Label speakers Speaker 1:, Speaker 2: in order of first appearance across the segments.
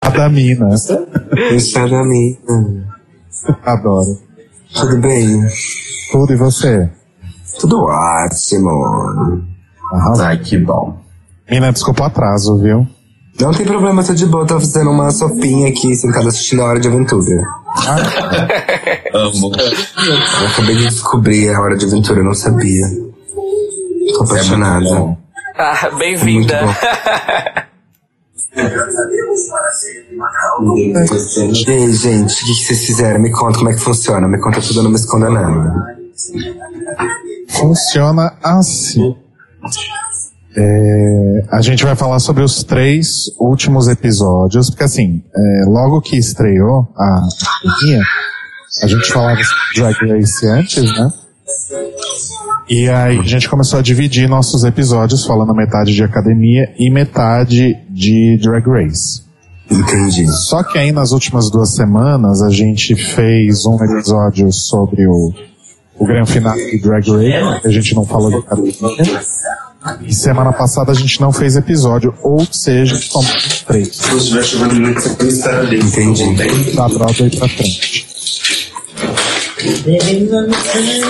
Speaker 1: A da mina.
Speaker 2: Está da mina.
Speaker 1: Adoro.
Speaker 2: Tudo bem?
Speaker 1: Tudo e você?
Speaker 2: Tudo ótimo.
Speaker 1: Arrasa.
Speaker 3: Ai, que bom.
Speaker 1: Mina, desculpa o atraso, viu?
Speaker 2: Não tem problema, tô de boa. Tô fazendo uma sopinha aqui, sentado assistindo a Hora de Aventura.
Speaker 3: Amo.
Speaker 2: Eu acabei de descobrir a Hora de Aventura, eu não sabia. Tô
Speaker 3: É
Speaker 2: apaixonada.
Speaker 3: bom.
Speaker 4: Ah, bem-vinda.
Speaker 2: Muito E aí, gente, o que que vocês fizeram? Me conta como é que funciona. Me conta tudo, não me esconda nada.
Speaker 1: Funciona assim. É, a gente vai falar sobre os três últimos episódios, porque assim, é, logo que estreou a minha, a gente falava sobre Drag Race antes, né? E aí a gente começou a dividir nossos episódios, falando metade de academia e metade de Drag Race.
Speaker 2: Entendi.
Speaker 1: Só que aí nas últimas duas semanas a gente fez um episódio sobre o, o grande finale de Drag Race, que a gente não falou de academia. E semana passada a gente não fez episódio, ou seja, somos três.
Speaker 3: Se eu estiver chegando muito, você está ali.
Speaker 2: Entendi.
Speaker 1: Da Broadway pra frente.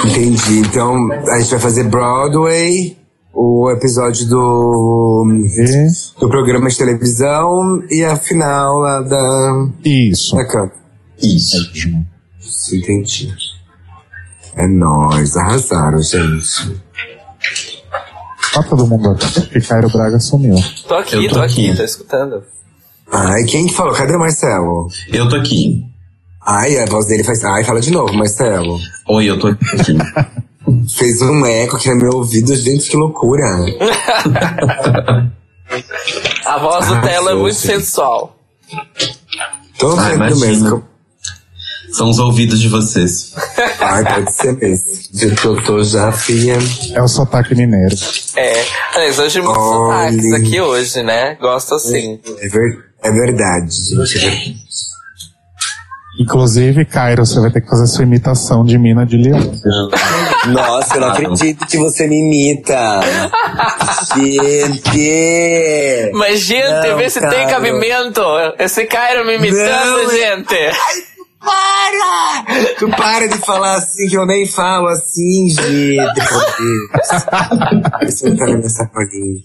Speaker 2: Entendi. Então, a gente vai fazer Broadway, o episódio do,
Speaker 1: E
Speaker 2: do programa de televisão e a final lá da,
Speaker 1: isso.
Speaker 2: da Cup.
Speaker 3: Isso.
Speaker 2: Entendi. É nóis, arrasaram, gente.
Speaker 1: Tá todo mundo aqui, porque Cairo Braga sumiu.
Speaker 4: Tô aqui,
Speaker 3: Eu
Speaker 4: tô,
Speaker 3: tô
Speaker 4: aqui,
Speaker 3: aqui.
Speaker 4: tô escutando.
Speaker 2: Ai, quem que falou? Cadê o Marcelo?
Speaker 3: Eu tô aqui.
Speaker 2: Ai, a voz dele faz. Ai, fala de novo, Marcelo.
Speaker 3: Oi, eu tô aqui.
Speaker 2: Fez um eco aqui no meu ouvido, gente, que loucura.
Speaker 4: A voz do
Speaker 2: Ah,
Speaker 4: Telo é
Speaker 2: sou,
Speaker 4: muito
Speaker 2: sim.
Speaker 4: sensual.
Speaker 2: Tô
Speaker 3: Ah,
Speaker 2: vendo
Speaker 3: imagina.
Speaker 2: mesmo. que eu-
Speaker 3: São os ouvidos de vocês.
Speaker 2: Ai, pode ser mesmo. De tô, tô já, filha.
Speaker 1: É o sotaque mineiro.
Speaker 4: É. Aliás, hoje muitos
Speaker 2: Olha.
Speaker 4: sotaques aqui hoje, né? Gosto assim.
Speaker 2: É, ver- é verdade, gente. É ver-
Speaker 1: Inclusive, Cairo, você vai ter que fazer sua imitação de Mina de Leão.
Speaker 2: Nossa, eu não
Speaker 3: Claro.
Speaker 2: acredito que você me imita. gente!
Speaker 4: Mas, gente,
Speaker 2: Não,
Speaker 4: vê se tem
Speaker 2: cara.
Speaker 4: cabimento. Esse Cairo me imitando,
Speaker 2: Não, é-
Speaker 4: gente.
Speaker 2: Para! Tu para de falar assim, que eu nem falo assim, gente. Meu Deus. Isso não tá na minha sacolinha.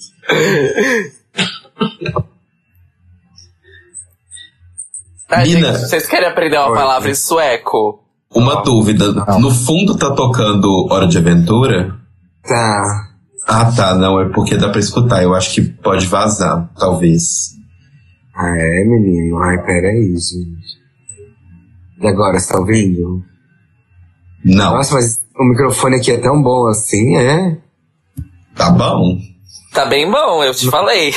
Speaker 4: Tá, gente,
Speaker 3: Mina.
Speaker 4: vocês querem aprender uma
Speaker 2: Oi.
Speaker 4: palavra em sueco?
Speaker 3: Uma dúvida. No fundo tá tocando Hora de Aventura?
Speaker 2: Tá.
Speaker 3: Ah, tá. Não, é porque dá pra escutar. Eu acho que pode vazar, talvez.
Speaker 2: Ah, é, menino? Ai, peraí, gente. E agora, você tá ouvindo?
Speaker 3: Não.
Speaker 2: Nossa, mas o microfone aqui é tão bom assim, é?
Speaker 3: Tá bom.
Speaker 4: Tá bem bom, eu te falei.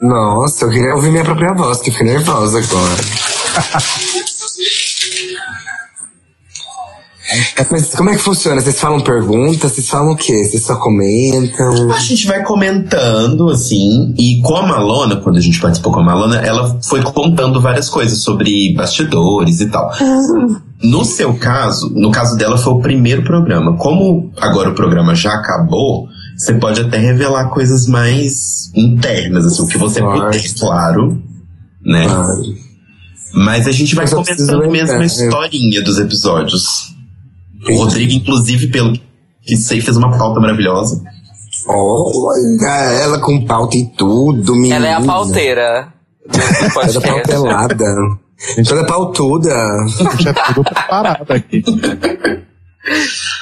Speaker 2: Nossa, eu queria ouvir minha própria voz, que eu fiquei nervosa agora. É, Mas como é que funciona? Vocês falam perguntas? Vocês falam o quê? Vocês só comentam?
Speaker 3: Então, A gente vai comentando, assim, e com a Malona, quando a gente participou com a Malona, ela foi contando várias coisas sobre bastidores e tal. No seu caso, no caso dela foi o primeiro programa. Como agora o programa já acabou, você pode até revelar coisas mais internas, assim, o que você
Speaker 2: Claro.
Speaker 3: puder, claro, né?
Speaker 2: Claro.
Speaker 3: Mas a gente vai
Speaker 2: Eu só preciso
Speaker 3: comentando mesmo
Speaker 2: lembrar,
Speaker 3: a
Speaker 2: eu-
Speaker 3: historinha dos episódios. O Rodrigo, inclusive, pelo que sei, fez uma pauta maravilhosa.
Speaker 2: Olha, ela com pauta e tudo, menina.
Speaker 4: Ela é a pauteira. desse
Speaker 2: Toda
Speaker 4: podcast.
Speaker 2: pautelada. Toda pautuda.
Speaker 1: A gente é tudo preparado aqui.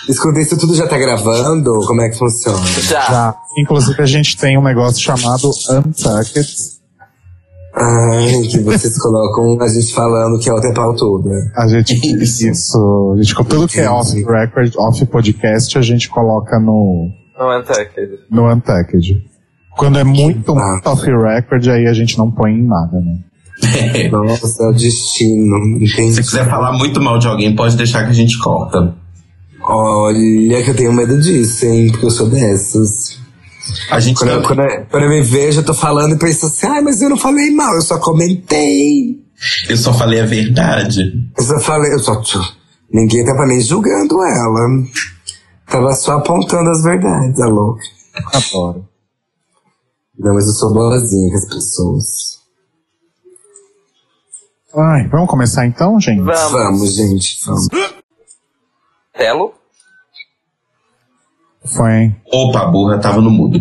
Speaker 2: Escuta, isso tudo já tá gravando? Como é que funciona?
Speaker 4: Já.
Speaker 1: Já. Inclusive, a gente tem um negócio chamado Untucked.
Speaker 2: Ai, que vocês colocam a gente falando que é outra pautuda.
Speaker 1: A gente isso. isso. A gente, tudo que é off
Speaker 2: Entendi.
Speaker 1: record, off podcast, a gente coloca no,
Speaker 4: Não é querido.
Speaker 1: no Untucked. Quando é muito, muito off record, aí a gente não põe em nada, né?
Speaker 2: Nossa, é o destino.
Speaker 3: Se
Speaker 2: Entendi.
Speaker 3: quiser falar muito mal de alguém, pode deixar que a gente corta.
Speaker 2: Olha que eu tenho medo disso, hein? Porque eu sou dessas.
Speaker 3: A gente
Speaker 2: Quando eu,
Speaker 3: também.
Speaker 2: quando eu- quando eu me vejo, eu tô falando e penso assim, ai, mas eu não falei mal, eu só comentei.
Speaker 3: Eu só falei a verdade.
Speaker 2: Eu só falei, eu só. Ninguém tava nem julgando ela. Tava só apontando as verdades, a louca.
Speaker 1: Adoro.
Speaker 2: Não, mas eu sou boazinha com as pessoas.
Speaker 1: Ai, vamos começar então, gente?
Speaker 4: Vamos.
Speaker 2: Vamos, gente, vamos.
Speaker 4: Telo?
Speaker 1: Foi, hein?
Speaker 3: Opa, a burra tava no mudo.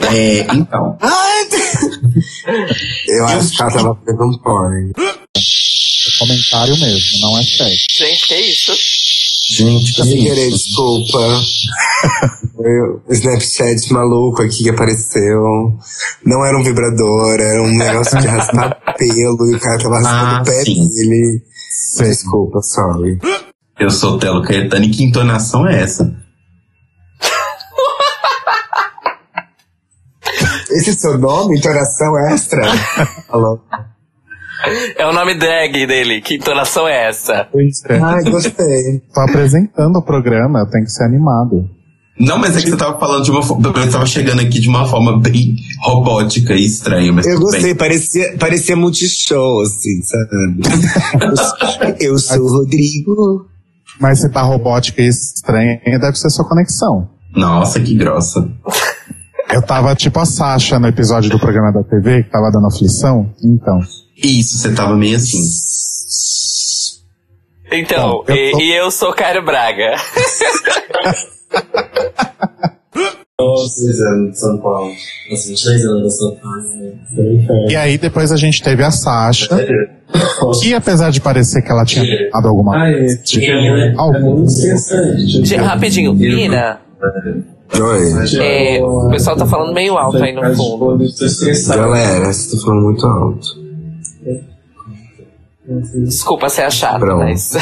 Speaker 3: É, então,
Speaker 2: Eu acho que ela tava fazendo um porn.
Speaker 1: É comentário mesmo, não é sexo.
Speaker 4: Gente, que isso?
Speaker 2: Gente, que Sem querer, desculpa. Foi o Snapchat maluco aqui que apareceu. Não era um vibrador, era um negócio de raspar pelo e o cara tava raspando
Speaker 3: Ah,
Speaker 2: o pé
Speaker 3: sim.
Speaker 2: dele. Desculpa, sorry.
Speaker 3: eu sou o Telo Caetano e que entonação é essa?
Speaker 2: Esse seu nome, entonação extra? Alô?
Speaker 4: É o nome drag dele. Que entonação é essa?
Speaker 1: Pois é.
Speaker 2: Ai, gostei.
Speaker 1: Tô apresentando o programa, tem que ser animado.
Speaker 3: Não, mas é que você tava falando de uma forma. Eu tava chegando aqui de uma forma bem robótica e estranha, mas
Speaker 2: Eu
Speaker 3: tudo
Speaker 2: gostei,
Speaker 3: bem.
Speaker 2: parecia, parecia multishow, assim, sabe? Eu sou o Rodrigo.
Speaker 1: Mas se tá robótica e estranha, deve ser sua conexão.
Speaker 3: Nossa, que grossa.
Speaker 1: Eu tava tipo a Sasha no episódio do programa da TV, que tava dando aflição. Então.
Speaker 3: Isso, você tava meio assim.
Speaker 4: Então,
Speaker 1: Bom, eu
Speaker 4: e,
Speaker 1: tô-
Speaker 4: e eu sou Caio Braga.
Speaker 5: seis anos de São Paulo. Nossa, 23 anos de São Paulo. Foi um inferno.
Speaker 1: E aí depois a gente teve a Sasha, que apesar de parecer que ela tinha dado alguma coisa.
Speaker 5: Ah, é. É, é muito interessante.
Speaker 4: Gente, rapidinho, Mina,
Speaker 2: Oi.
Speaker 4: é, o pessoal tá falando meio alto aí no fundo.
Speaker 5: Tô estressado.
Speaker 2: Galera, vocês estão falando muito alto.
Speaker 4: Desculpa ser achado,
Speaker 2: Pronto.
Speaker 4: mas.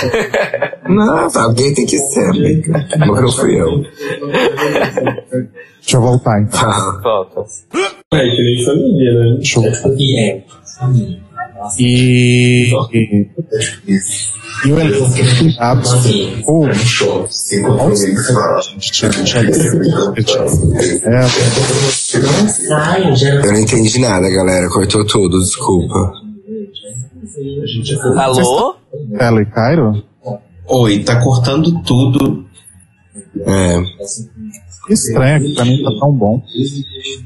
Speaker 2: Não, alguém tem que ser, amiga. Nunca fui eu.
Speaker 1: Deixa eu voltar então.
Speaker 2: Tá.
Speaker 4: Volta.
Speaker 5: É, que nem família, né?
Speaker 1: Deixa eu-
Speaker 5: Família. Família.
Speaker 1: E. E, e o elenco de dados. O. Nossa, É,
Speaker 5: Ai, já
Speaker 2: Eu não entendi nada, galera. Cortou tudo, desculpa.
Speaker 4: Alô?
Speaker 1: Telo e Cairo?
Speaker 3: Oi, tá cortando tudo
Speaker 2: É.
Speaker 1: Que estranho, que pra mim tá tão bom.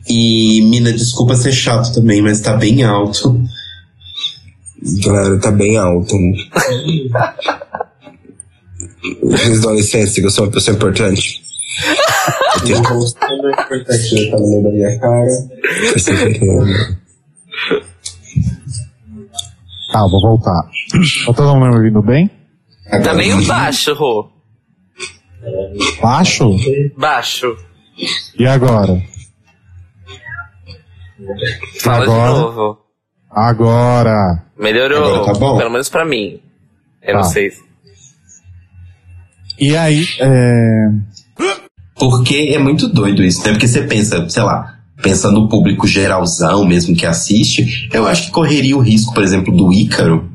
Speaker 3: E, mina, desculpa ser chato também, mas tá bem alto.
Speaker 2: Galera, tá bem alto. Vocês dão licença, que eu sou uma pessoa importante.
Speaker 5: Eu vou sempre cortar aqui, já tá no meio da minha cara.
Speaker 2: Eu sei que é.
Speaker 1: Tá, vou voltar. Tá todo mundo me ouvindo bem?
Speaker 4: Tá meio baixo, Rô.
Speaker 1: Baixo?
Speaker 4: Baixo.
Speaker 1: E agora?
Speaker 4: Fala
Speaker 1: Agora.
Speaker 4: de novo.
Speaker 1: Agora!
Speaker 4: Melhorou.
Speaker 3: Agora tá bom?
Speaker 4: Pelo menos pra mim. Eu
Speaker 1: Tá.
Speaker 4: não sei.
Speaker 1: E aí, é,
Speaker 3: Porque é muito doido isso, né? Porque você pensa, sei lá, pensa no público geralzão mesmo que assiste, eu acho que correria o risco, por exemplo, do Ícaro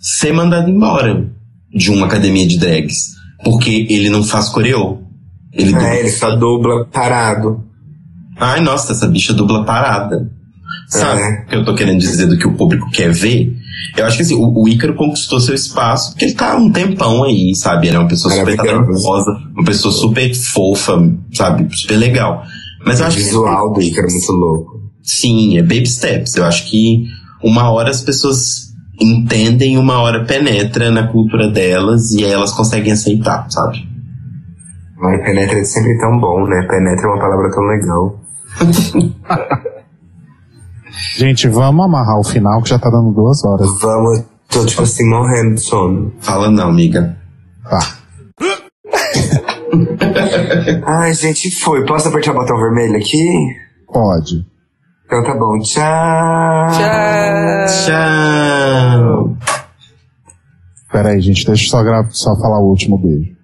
Speaker 3: ser mandado embora de uma academia de drags. Porque ele não faz coreô. Ele
Speaker 2: É, ele só dubla parado.
Speaker 3: Ai, nossa, essa bicha dubla parada. Sabe
Speaker 2: É.
Speaker 3: o que eu tô querendo dizer do que o público quer ver? Eu acho que assim, o, o Ícaro conquistou seu espaço, porque ele tá há um tempão aí, sabe? Ele é uma pessoa super
Speaker 2: Maravilhoso.
Speaker 3: talentosa, uma pessoa super fofa, sabe? Super legal. Mas eu
Speaker 2: O
Speaker 3: acho que
Speaker 2: visual do Icaro é muito louco.
Speaker 3: sim, é baby steps. Eu acho que uma hora as pessoas entendem, uma hora penetra na cultura delas e aí elas conseguem aceitar, sabe?
Speaker 2: Mas penetra é sempre tão bom, né? Penetra é uma palavra tão legal.
Speaker 1: gente, vamos amarrar o final que já tá dando duas horas.
Speaker 2: Vamos, tô tipo assim, morrendo de sono.
Speaker 3: Fala não, amiga.
Speaker 1: Tá.
Speaker 2: Ai, gente, foi. Posso apertar o botão vermelho aqui?
Speaker 1: Pode.
Speaker 2: Então tá bom. Ah.
Speaker 4: Tchau.
Speaker 3: Tchau!
Speaker 1: Peraí, gente, deixa eu só, gra- só falar o último beijo.